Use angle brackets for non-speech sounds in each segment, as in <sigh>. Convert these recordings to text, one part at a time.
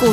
股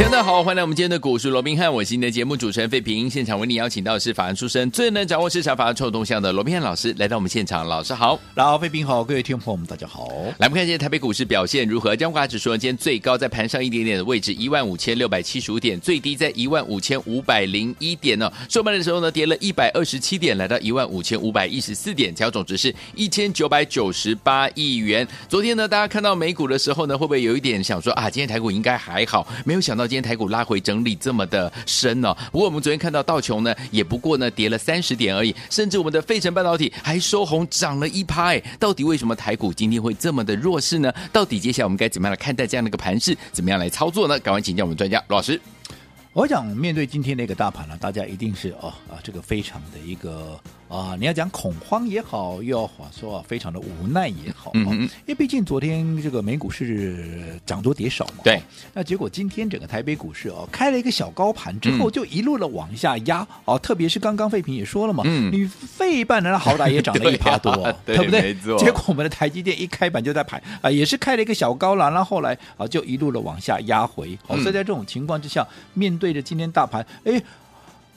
大家好，欢迎来我们今天的股市罗宾汉，我是你的节目主持人费平。现场为你邀请到的是法案出身、最能掌握市场法案臭动向的罗宾汉老师来到我们现场。老师好，老费宾好，各位听众朋友们，大家好。来，我们看今天台北股市表现如何？将华指数呢今天最高在盘上一点点的位置，一万五千六百七十五点，最低在一万五千五百零一点呢、收盘的时候呢，跌了一百二十七点，来到一万五千五百一十四点，成交总值是一千九百九十八亿元。昨天呢，大家看到美股的时候呢，会不会有一点想说啊，今天台股应该还好？没有想到今天台股拉回整理这么的深哦。不过我们昨天看到道琼呢，也不过呢跌了三十点而已，甚至我们的费城半导体还收红涨了一趴哎。到底为什么台股今天会这么的弱势呢？到底接下来我们该怎么样来看待这样的一个盘势？怎么样来操作呢？赶快请教我们专家罗老师。我想面对今天的一个大盘呢、大家一定是哦啊，这个非常的一个啊，你要讲恐慌也好，又要说啊，非常的无奈也好、嗯嗯哼因为毕竟昨天这个美股市涨多跌少嘛，对，那结果今天整个台北股市哦，开了一个小高盘之后，嗯就一路的往下压哦，特别是刚刚费平也说了嘛，嗯你费半呢好歹也涨了 <laughs> 对啊一趴多、对不对没？错结果我们的台积电一开盘就在盘啊，也是开了一个小高了，然后后来啊就一路的往下压回，哦，嗯所以在这种情况之下，面对着今天大盘，哎。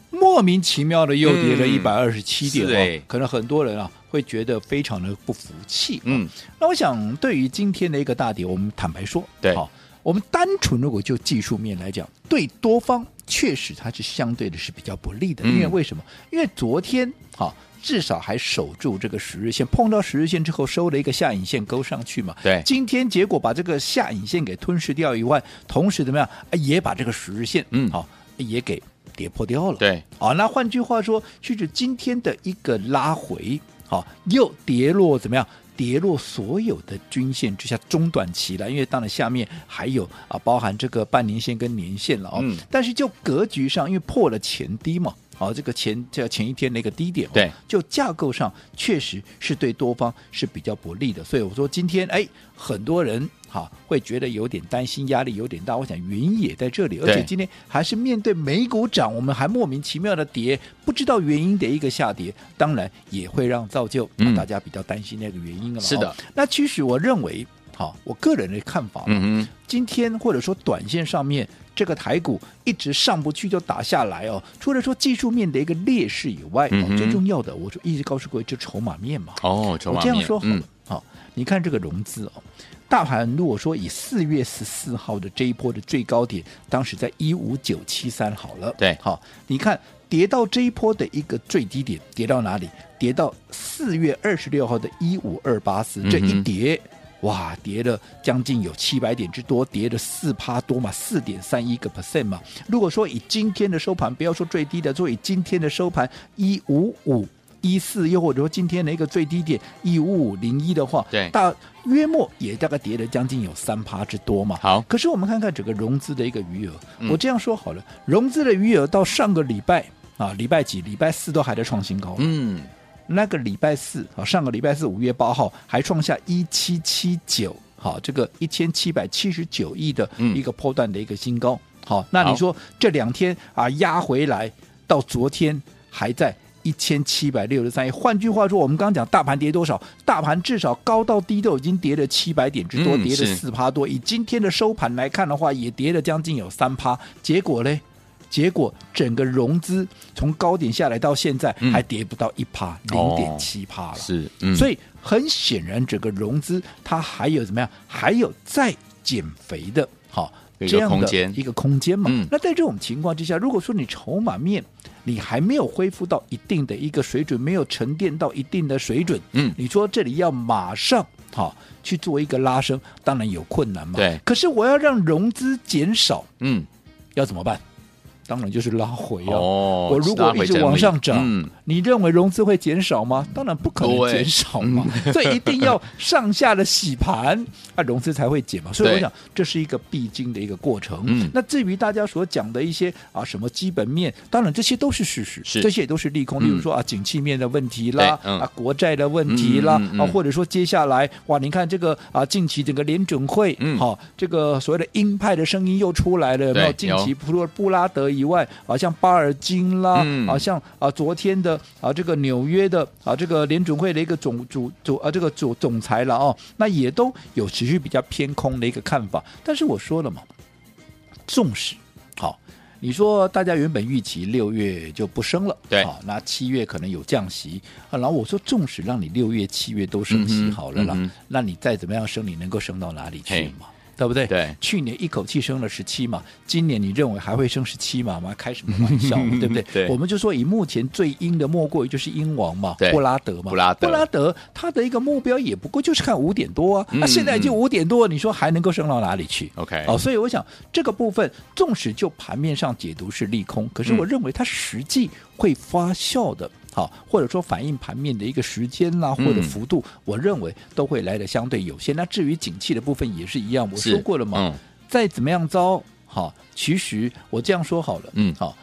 莫名其妙的又跌了一嗯百二十七点、是哎哦，可能很多人啊会觉得非常的不服气、哦。嗯，那我想，对于今天的一个大跌，我们坦白说，对好，我们单纯如果就技术面来讲，对多方确实它是相对的是比较不利的，嗯因为为什么？因为昨天好。至少还守住这个十日线，碰到十日线之后收了一个下影线勾上去嘛。对今天结果把这个下影线给吞噬掉以外，同时怎么样，啊也把这个十日线，嗯好、哎也给跌破掉了。对，好、那换句话说，去指今天的一个拉回，好、又跌落怎么样？跌落所有的均线之下，中短期了，因为当然下面还有啊，包含这个半年线跟年线了哦。嗯但是就格局上，因为破了前低嘛，好、这个前这前一天的一个低点、哦，对，就架构上确实是对多方是比较不利的，所以我说今天哎，很多人哈、会觉得有点担心，压力有点大。我想原因也在这里，而且对今天还是面对美股涨，我们还莫名其妙的跌，不知道原因的一个下跌，当然也会让造就、啊嗯大家比较担心那个原因了嘛。是的哦，那其实我认为，好、我个人的看法，嗯哼，今天或者说短线上面这个台股一直上不去就打下来哦，除了说技术面的一个劣势以外，嗯哼哦、最重要的，我就一直告诉各位，就筹码面嘛。哦，筹我码这样面说好了，好、你看这个融资哦，大盘如果说以四月十四号的这一波的最高点，当时在一五九七三好了，对好、你看跌到这一波的一个最低点，跌到哪里？跌到四月二十六号的一五二八四，这嗯一哼跌。哇，跌了将近有七百点之多，跌了四趴多嘛，四点三一个 percent 嘛。如果说以今天的收盘，不要说最低的，说以今天的收盘一五五一四，又或者说今天的一个最低点一五五零一的话，对大约莫也大概跌了将近有三趴之多嘛。好可是我们看看整个融资的一个余额，嗯我这样说好了，融资的余额到上个礼拜啊，礼拜几？礼拜四都还在创新高。嗯，那个礼拜四啊，上个礼拜四五月八号还创下一七七九，好，这个一千七百七十九亿的嗯一个波段的一个新高。好，那你好说这两天啊压回来到昨天还在。一千七百六十三亿，换句话说，我们刚刚讲大盘跌多少？大盘至少高到低都已经跌了七百点之多，嗯跌了是四趴多。以今天的收盘来看的话，也跌了将近有三趴。结果嘞，结果整个融资从高点下来到现在嗯还跌不到一趴，零哦点七趴了。是，嗯，所以以很显然，整个融资它还有怎么样？还有再减肥的，好、有一个这样空的间一个空间嘛。嗯那在这种情况之下，如果说你筹码面你还没有恢复到一定的一个水准，没有沉淀到一定的水准，嗯你说这里要马上好、去做一个拉升，当然有困难嘛。对可是我要让融资减少，嗯，要怎么办？当然就是拉回啊。哦我如果一直往上涨，拉回整理嗯你认为融资会减少吗？当然不可能对减少嘛， <laughs> 所以一定要上下的洗盘 <laughs> 啊，融资才会减嘛。所以对我想这是一个必经的一个过程。嗯那至于大家所讲的一些啊什么基本面，当然这些都是事实，是这些也都是利空，嗯例如说啊景气面的问题啦，对嗯啊国债的问题啦，嗯嗯嗯啊或者说接下来哇，你看这个啊近期整个联准会，好、嗯这个所谓的鹰派的声音又出来了，有没有？对近期除了布拉德以外，啊像巴尔金啦，嗯啊像啊昨天的啊这个纽约的啊这个联准会的一个总主主啊这个总总裁了哦，那也都有持续比较偏空的一个看法。但是我说了嘛，纵使好。你说大家原本预期六月就不升了，对好，那七月可能有降息，啊然后我说纵使让你六月、七月都升息嗯哼好了啦，嗯哼那你再怎么样升，你能够升到哪里去嘿嘛？对不对？对去年一口气升了十七码，今年你认为还会升十七码吗？开 <laughs> 什么玩笑嘛，对不对？对我们就说以目前最阴的莫过于就是英王嘛对，布拉德嘛，布拉德布拉德他的一个目标也不过就是看五点多啊，那、嗯现在已经嗯五点多了，你说还能够升到哪里去？ OK，哦，所以我想这个部分，纵使就盘面上解读是利空，可是嗯我认为它实际会发酵的。好，或者说反映盘面的一个时间啦，或者嗯幅度，我认为都会来的相对有限。那至于景气的部分也是一样，我是说过了嘛，嗯再怎么样糟，好，其实我这样说好了，嗯好，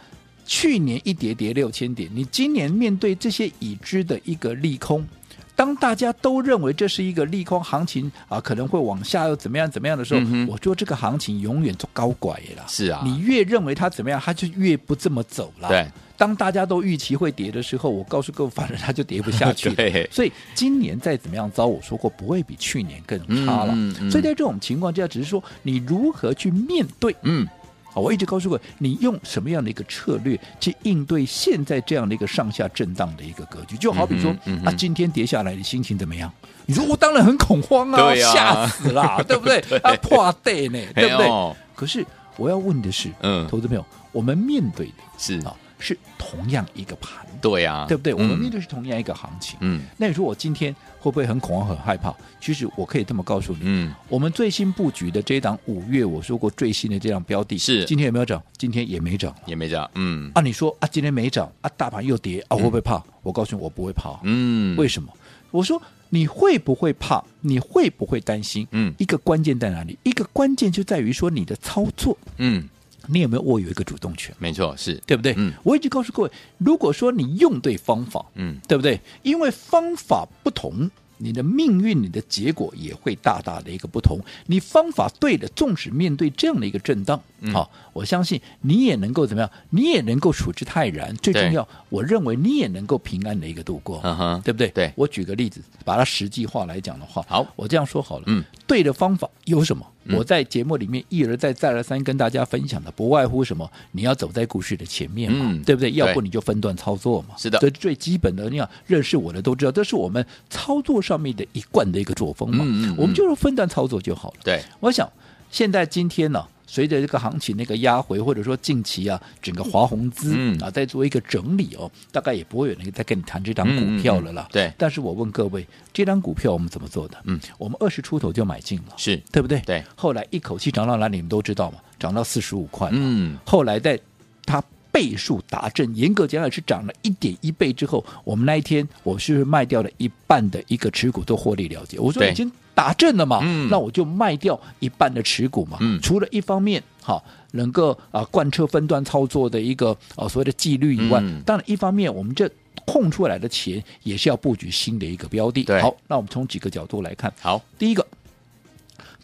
去年一跌跌六千点，你今年面对这些已知的一个利空。当大家都认为这是一个利空行情啊，可能会往下又怎么样怎么样的时候，嗯哼我说这个行情永远都高拐的啦。是啊，你越认为它怎么样，它就越不这么走了。对，当大家都预期会跌的时候，我告诉各位，反正它就跌不下去了。 <laughs> 对所以今年再怎么样糟，我说过不会比去年更差了。嗯嗯嗯所以在这种情况之下，只是说你如何去面对。嗯啊我一直告诉过你，用什么样的一个策略去应对现在这样的一个上下震荡的一个格局？就好比说，嗯哼嗯哼啊，今天跌下来，你心情怎么样？你说我当然很恐慌啊，对啊吓死 <laughs> 啦，对不对？啊，破地呢，对不嘿对哦？可是我要问的是，嗯投资朋友，我们面对的是，啊是同样一个盘，对啊，对不对？我们嗯面对是同样一个行情。嗯那你说我今天会不会很恐慌、很害怕？其实我可以这么告诉你，嗯我们最新布局的这一档五月，我说过最新的这档标的是今天有没有涨？今天也没涨。也没涨，嗯啊，你说啊，今天没涨啊，大盘又跌啊，我会不会怕？我告诉你，我不会怕。啊嗯，为什么？我说你会不会怕？你会不会担心？嗯一个关键在哪里？一个关键就在于说你的操作，嗯，你有没有握有一个主动权？没错，是，对不对？嗯我一直告诉各位，如果说你用对方法，嗯对不对？因为方法不同，你的命运、你的结果也会大大的一个不同。你方法对了，纵使面对这样的一个震荡，好、啊我相信你也能够怎么样？你也能够处之泰然。最重要，我认为你也能够平安的一个度过。嗯哼，对不对？对我举个例子，把它实际化来讲的话，好我这样说好了，嗯，对的方法有什么？我在节目里面一而再、再而三跟大家分享的，不外乎什么？你要走在故事的前面嘛，嗯对不对？要不对你就分段操作嘛，是的这最基本的。你想认识我的都知道，这是我们操作上面的一贯的一个作风嘛，嗯嗯嗯我们就是分段操作就好了。对，我想现在今天呢、随着这个行情那个压回，或者说近期啊，整个华宏资、嗯啊在做一个整理哦，大概也不会有人再跟你谈这张嗯股票了啦嗯嗯。对但是我问各位，这张股票我们怎么做的？嗯，我们二十出头就买进了，是，对不对？对。后来一口气涨到哪里，你们都知道嘛，涨到四十五块。嗯后来在它倍数达阵，严格讲来是涨了一点一倍之后，我们那一天我是卖掉了一半的一个持股都获利了结。我说对已经达阵了嘛，嗯那我就卖掉一半的持股嘛。嗯除了一方面好能够啊贯彻分段操作的一个啊所谓的纪律以外，嗯当然一方面我们这。空出来的钱也是要布局新的一个标的。对好，那我们从几个角度来看。好，第一个，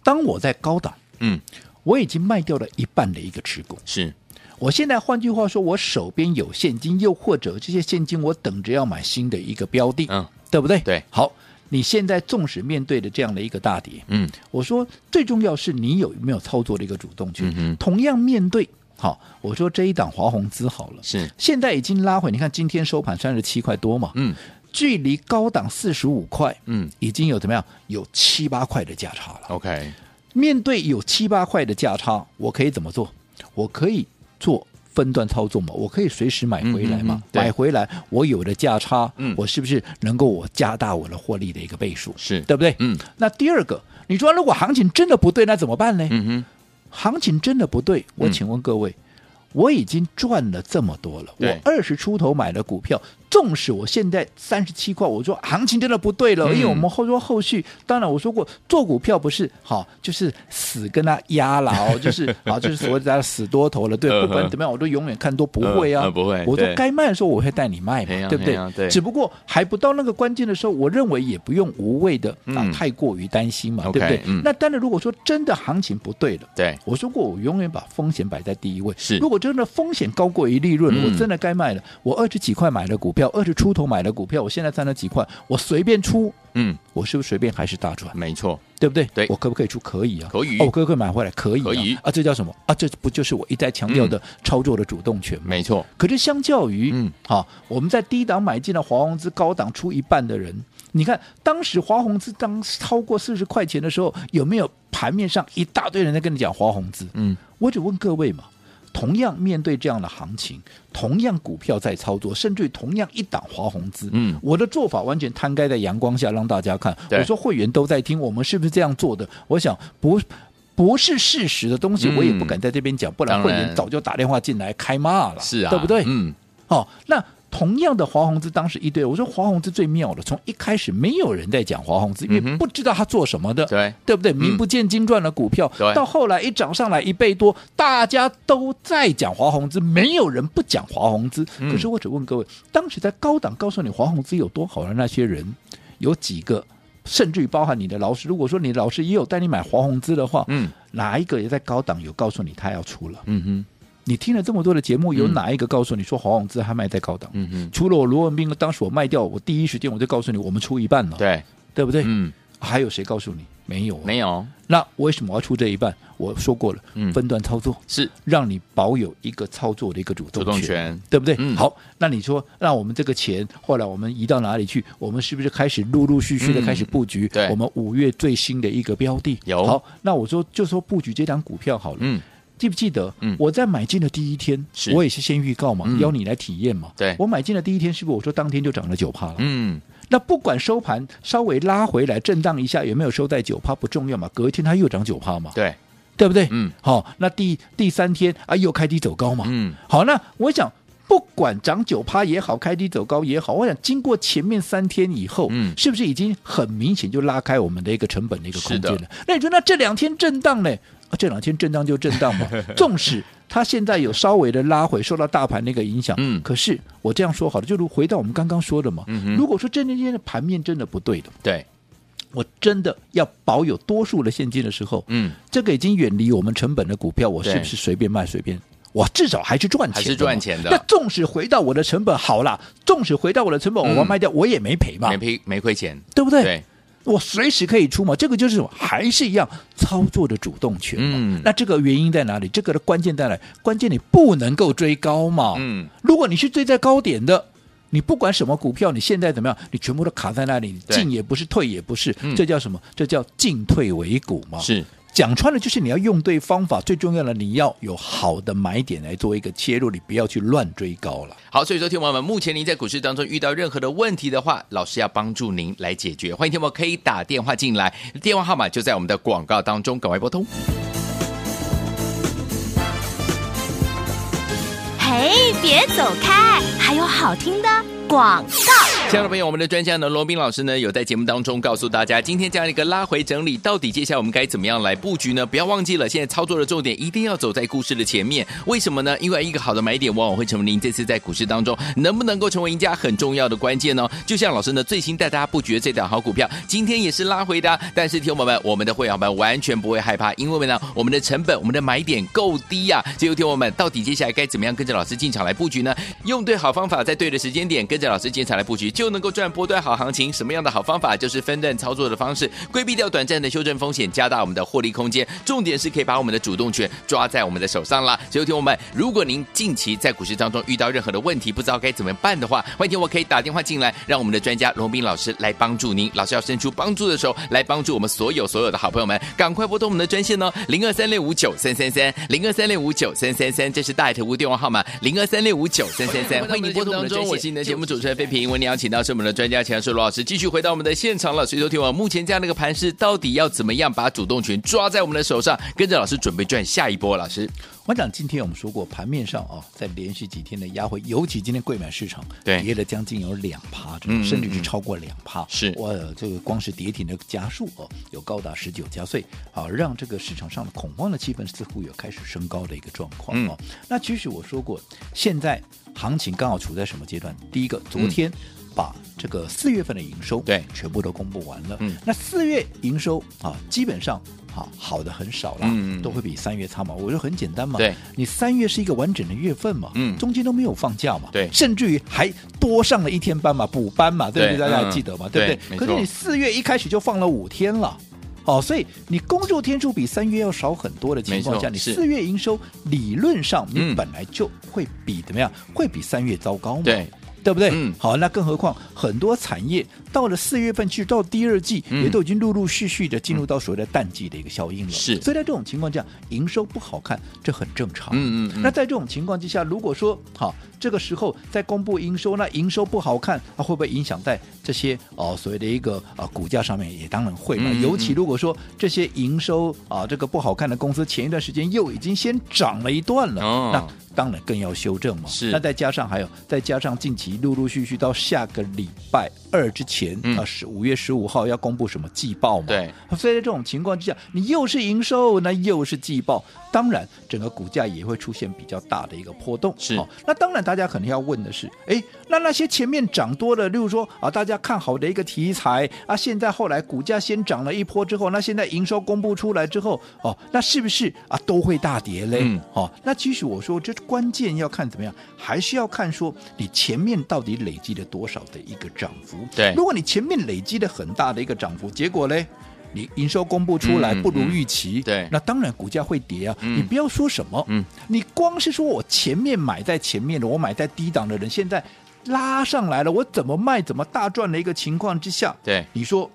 当我在高档，嗯我已经卖掉了一半的一个持股，是，我现在换句话说，我手边有现金，又或者这些现金我等着要买新的一个标的，嗯对不对？对好，你现在纵使面对着这样的一个大跌，嗯我说最重要是你有没有操作的一个主动权。嗯哼同样面对，好，我说这一档华宏资好了，是，现在已经拉回，你看今天收盘三十七块多嘛，嗯距离高档四十五块，嗯已经有怎么样？有七八块的价差了。 ，OK，面对有七八块的价差，我可以怎么做？我可以做分段操作嘛？我可以随时买回来嘛嗯嗯嗯？对买回来，我有的价差，嗯我是不是能够我加大我的获利的一个倍数？是对不对？嗯。那第二个，你说如果行情真的不对，那怎么办呢？嗯哼，行情真的不对，我嗯请问各位，我已经赚了这么多了，对我二十出头买的股票，纵使我现在三十七块，我说行情真的不对了，嗯因为我们后说后续，当然我说过做股票不是好，就是死跟他压了 <laughs> 哦，就是好，就是所谓的死多头了，嗯对，哼不管怎么样，我都永远看多不会啊，嗯嗯不会我说对该卖的时候我会带你卖嘛嘿呀，对不对嘿呀？对只不过还不到那个关键的时候，我认为也不用无谓的啊嗯太过于担心嘛，对不 OK，对嗯？那当然，如果说真的行情不对了。对，我说过，我永远把风险摆在第一位。是如果真的风险高过于利润，嗯我真的该卖了。我二十几块买的股票，二十出头买的股票，我现在三十几块，我随便出，嗯，我是不是随便还是大赚？没错，对不对？嗯对我可不可以出？可以啊。可以哦，我可不可以买回来？可以、啊。可以啊，这叫什么？啊，这不就是我一再强调的操作的主动权吗？没错，可是相较于，嗯嗯，好、我们在低档买进了华宏资，高档出一半的人，你看当时华宏资当超过四十块钱的时候，有没有盘面上一大堆人在跟你讲华宏资？嗯，我只问各位嘛，同样面对这样的行情，同样股票在操作，甚至于同样一档华宏资，嗯我的做法完全摊开在阳光下让大家看。对我说会员都在听，我们是不是这样做的？我想不。不是事实的东西，嗯我也不敢在这边讲，不然当会然员早就打电话进来开骂了，是啊，对不对？嗯，哦，那同样的华宏资当时一堆，我说华宏资最妙的，从一开始没有人在讲华宏资，因为嗯哼不知道他做什么的，对不对？名不见经传的股票，嗯对到后来一涨上来一倍多，大家都在讲华宏资，没有人不讲华宏资。嗯可是我只问各位，当时在高档告诉你华宏资有多好的那些人，有几个？甚至于包含你的老师，如果说你的老师也有带你买华宏资的话，嗯哪一个也在高档有告诉你他要出了？嗯哼，你听了这么多的节目，有嗯哪一个告诉你说华宏资还卖在高档？嗯哼，除了我罗文斌，当时我卖掉，我第一时间我就告诉你，我们出一半了，对，对不对？嗯，还有谁告诉你没有、啊？没有，那为什么我要出这一半？我说过了，嗯分段操作，是让你保有一个操作的一个主动主权，动权，对不对？嗯好，那你说，那我们这个钱后来我们移到哪里去？我们是不是开始陆陆续续的嗯开始布局？对我们五月最新的一个标的有好，那我说就说布局这档股票好了。嗯，记不记得？嗯我在买进的第一天是，我也是先预告嘛，嗯邀你来体验嘛。对我买进的第一天，是不是我说当天就涨了九趴了？嗯，那不管收盘稍微拉回来震荡一下，有没有收在九趴不重要嘛，隔一天它又涨九趴嘛，对，对不对？嗯好、那第第三天啊又开低走高嘛。嗯，好，那我想。不管涨九趴也好，开低走高也好，我想经过前面三天以后，嗯是不是已经很明显就拉开我们的一个成本的一个空间是了？那你说，那这两天震荡呢？啊这两天震荡就震 <laughs> 荡嘛，纵使它现在有稍微的拉回，受到大盘的一个影响，嗯可是我这样说好了，就如回到我们刚刚说的嘛，嗯哼如果说这两天的盘面真的不对的，对，我真的要保有多数的现金的时候，嗯，这个已经远离我们成本的股票，我对是不是随便卖随便？我至少还是赚钱的还嘛，是赚钱的那纵使回到我的成本，好啦，纵使回到我的成本，嗯我要卖掉，我也没赔嘛没，亏没亏钱，对不对？对，我随时可以出嘛，这个就是什么还是一样操作的主动权嘛。嗯那这个原因在哪里？这个的关键在哪里？关键你不能够追高嘛。嗯，如果你是追在高点的，你不管什么股票，你现在怎么样，你全部都卡在那里，对进也不是，退也不是，嗯这叫什么？这叫进退维谷嘛。哦是，讲穿了就是你要用对方法，最重要的你要有好的买点来做一个切入，你不要去乱追高了。好，所以说，听众朋友们，目前您在股市当中遇到任何的问题的话，老师要帮助您来解决。欢迎听众朋友可以打电话进来，电话号码就在我们的广告当中，赶快拨通。嘿，别走开，还有好听的广告。亲爱的朋友，我们的专家呢，罗斌老师呢，有在节目当中告诉大家，今天这样一个拉回整理，到底接下来我们该怎么样来布局呢？不要忘记了，现在操作的重点一定要走在故事的前面。为什么呢？因为一个好的买点，往往会成为您这次在股市当中能不能够成为赢家很重要的关键哦。就像老师呢，最新带大家布局的这档好股票，今天也是拉回的啊、但是听众朋友们，我们的会员们完全不会害怕，因为呢，我们的成本、我们的买点够低呀、啊。所以听众朋友们，到底接下来该怎么样跟着老师进场来布局呢？用对好方法，在对的时间点，跟着老师进场来布局，就能够赚波段好行情。什么样的好方法？就是分段操作的方式，规避掉短暂的修正风险，加大我们的获利空间。重点是可以把我们的主动权抓在我们的手上啦。所以，听我们，如果您近期在股市当中遇到任何的问题，不知道该怎么办的话，欢迎听我可以打电话进来，让我们的专家罗斌老师来帮助您。老师要伸出帮助的手来帮助我们所有所有的好朋友们，赶快拨通我们的专线哦，零二三六五九三三三，零二三六五九三三三，这是大爱投顾电话号码，零二三六五九三三三。欢迎您拨通我们的专线。我是你的节目主持人费平，为您邀请。请到是我们的专家钱老师罗老师继续回到我们的现场了。所以说，听我目前这样的一个盘势，到底要怎么样把主动权抓在我们的手上，跟着老师准备赚下一波？老师，我讲今天我们说过，盘面上啊，在连续几天的压回，尤其今天贵买市场对跌了将近有两趴，嗯嗯甚至是超过两趴。是哇，这个光是跌停的家数哦，有高达十九家所以啊，让这个市场上的恐慌的气氛似乎有开始升高的一个状况嗯哦。那其实我说过，现在行情刚好处在什么阶段？第一个，昨天。把这个四月份的营收嗯对全部都公布完了，嗯那四月营收啊，基本上啊好的很少了，嗯嗯嗯都会比三月差嘛。我说很简单嘛，对，你三月是一个完整的月份嘛，嗯中间都没有放假嘛，对甚至于还多上了一天班嘛，补班嘛，对不对？对大家嗯还记得嘛，对对不没对？错可是你四月一开始就放了五天了。哦，所以你工作天数比三月要少很多的情况下，没你错是四月营收理论上你嗯本来就会比怎么样？会比三月糟糕嘛？对，对不对？嗯好，那更何况很多产业到了四月份，其实到第二季、嗯也都已经陆陆续续的进入到所谓的淡季的一个效应了。是所以在这种情况下，营收不好看，这很正常。嗯嗯嗯那在这种情况之下，如果说好这个时候再公布营收，那营收不好看，啊、会不会影响在这些哦所谓的一个啊股价上面？也当然会嘛。嗯嗯尤其如果说这些营收啊这个不好看的公司，前一段时间又已经先涨了一段了，哦那当然更要修正嘛。是那再加上还有，再加上近期陆陆续续到下个礼拜二之前、嗯啊，十五月十五号要公布什么季报嘛？对。所以在这种情况之下，你又是营收，那又是季报，当然整个股价也会出现比较大的一个波动。哦是那当然大家可能要问的是，哎，那那些前面涨多的，例如说啊，大家看好的一个题材啊，现在后来股价先涨了一波之后，那现在营收公布出来之后，哦，那是不是啊都会大跌嘞？嗯哦，那其实我说这关键要看怎么样，还是要看说你前面到底累积了多少的一个涨幅。对如果你前面累积了很大的一个涨幅，结果嘞，你营收公布出来嗯不如预期，对那当然股价会跌啊。嗯你不要说什么，嗯你光是说我前面买在前面的，我买在低档的人，现在拉上来了，我怎么卖怎么大赚的一个情况之下，对，你说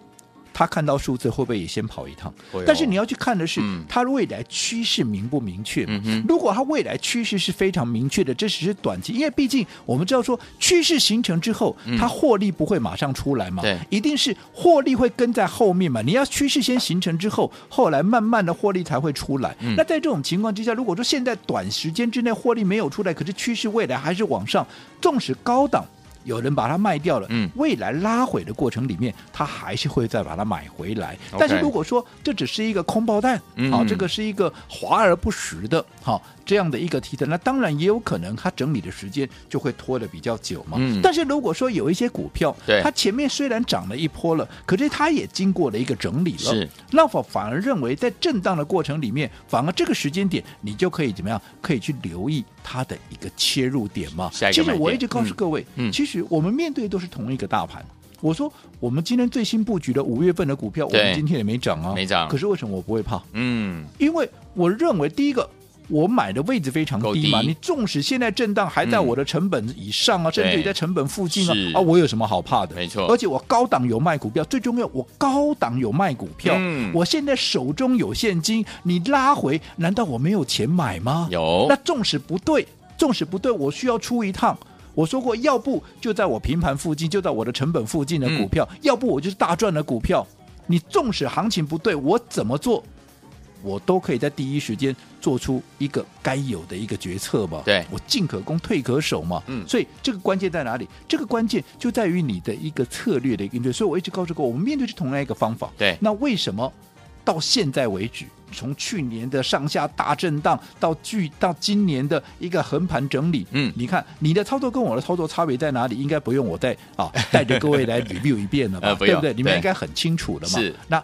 他看到数字会不会也先跑一趟？会哦但是你要去看的是嗯它未来趋势明不明确。嗯哼如果它未来趋势是非常明确的，这只是短期，因为毕竟我们知道说趋势形成之后，它获利不会马上出来嘛嗯对，一定是获利会跟在后面嘛。你要趋势先形成之后，后来慢慢的获利才会出来。嗯那在这种情况之下，如果说现在短时间之内获利没有出来，可是趋势未来还是往上，纵使高档。有人把它卖掉了，嗯未来拉回的过程里面，它还是会再把它买回来。 OK 但是如果说这只是一个空包弹，好、嗯这个是一个华而不实的，好、这样的一个题材，那当然也有可能它整理的时间就会拖得比较久嘛。嗯但是如果说有一些股票对，它前面虽然涨了一波了，可是它也经过了一个整理了，是那我反而认为在震荡的过程里面，反而这个时间点你就可以怎么样，可以去留意它的一个切入点嘛。下一个其实买我点一直告诉嗯各位，嗯其实我们面对都是同一个大盘。我说，我们今天最新布局的五月份的股票，我对们今天也没涨啊，没涨可是为什么我不会怕？嗯，因为我认为第一个。我买的位置非常够低嘛，低你纵使现在震荡还在嗯我的成本以上啊，甚至对于在成本附近啊是，啊，我有什么好怕的？没错而且我高档有卖股票，最重要我高档有卖股票，嗯我现在手中有现金，你拉回，难道我没有钱买吗？有那纵使不对，纵使不对，我需要出一趟。我说过，要不就在我平盘附近，就在我的成本附嗯近的股票，要不我就是大赚的股票。你纵使行情不对，我怎么做，我都可以在第一时间做出一个该有的一个决策吧。对我进可攻，退可守嘛。嗯所以这个关键在哪里？这个关键就在于你的一个策略的一个应对。所以我一直告诉过，我们面对是同样一个方法。对那为什么到现在为止，从去年的上下大震荡到巨到今年的一个横盘整理，嗯你看你的操作跟我的操作差别在哪里？应该不用我再啊带着各 <laughs> 位来 review 一遍了吧，呃不对用不对？你们对应该很清楚了嘛。是，那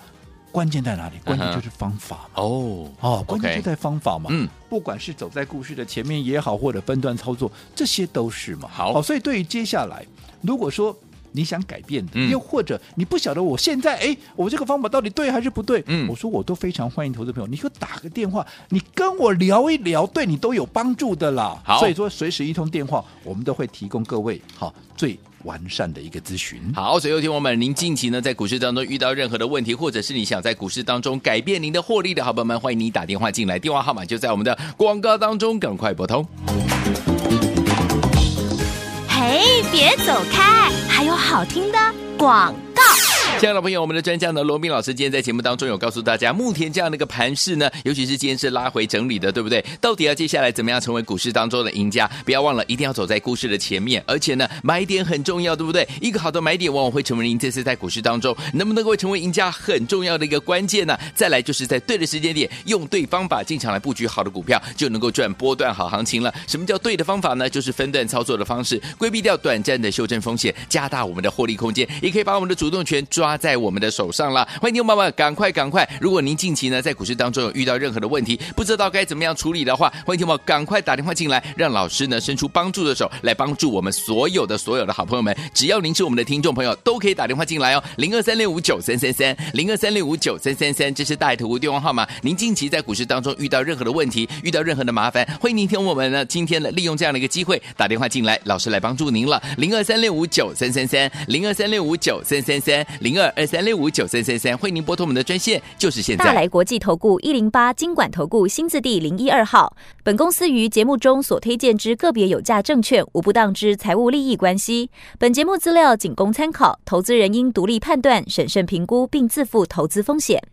关键在哪里？关键就是方法嘛。哦哦，关键 OK 就在方法嘛。嗯，不管是走在故事的前面也好，或者分段操作，这些都是嘛。好所以对于接下来，如果说你想改变的，嗯又或者你不晓得我现在哎，我这个方法到底对还是不对？嗯我说我都非常欢迎投资朋友，你就打个电话，你跟我聊一聊，对你都有帮助的啦。好所以说随时一通电话，我们都会提供各位好最完善的一个咨询。好，所以有听我们，您近期呢在股市当中遇到任何的问题，或者是你想在股市当中改变您的获利的好朋友们，欢迎你打电话进来，电话号码就在我们的广告当中，赶快拨通。嘿，嘿，别走开，还有好听的广告。 <laughs> 亲爱的朋友我们的专家呢，罗斌老师今天在节目当中有告诉大家，目前这样的一个盘势呢，尤其是今天是拉回整理的，对不对？到底要接下来怎么样成为股市当中的赢家？不要忘了，一定要走在故事的前面，而且呢，买点很重要，对不对？一个好的买点往往会成为您这次在股市当中能不能够成为赢家很重要的一个关键呢、再来就是在对的时间点，用对方法进场来布局好的股票，就能够赚波段好行情了。什么叫对的方法呢？就是分段操作的方式，规避掉短暂的修正风险，加大我们的获利空间，也可以把我们的主动权抓在我们的手上啦。欢迎听众朋友们赶快赶快！如果您近期呢在股市当中有遇到任何的问题，不知道该怎么样处理的话，欢迎听众朋友赶快打电话进来，让老师呢伸出帮助的手来帮助我们所有的所有的好朋友们。只要您是我们的听众朋友，都可以打电话进来哦，零二三六五九三三三，零二三六五九三三三，这是大爱投顾电话号码。您近期在股市当中遇到任何的问题，遇到任何的麻烦，欢迎您听我们呢今天呢利用这样的一个机会打电话进来，老师来帮助您了，零二三六五九三三三，零二三六五九三三三，零二二三六五九三三三，欢迎您拨通我们的专线，就是现大在。来国际投顾一零八金管投顾新字第零一二号。本公司于节目中所推荐之个别有价证券，无不当之财务利益关系。本节目资料仅供参考，投资人应独立判断、审慎评估，并自负投资风险。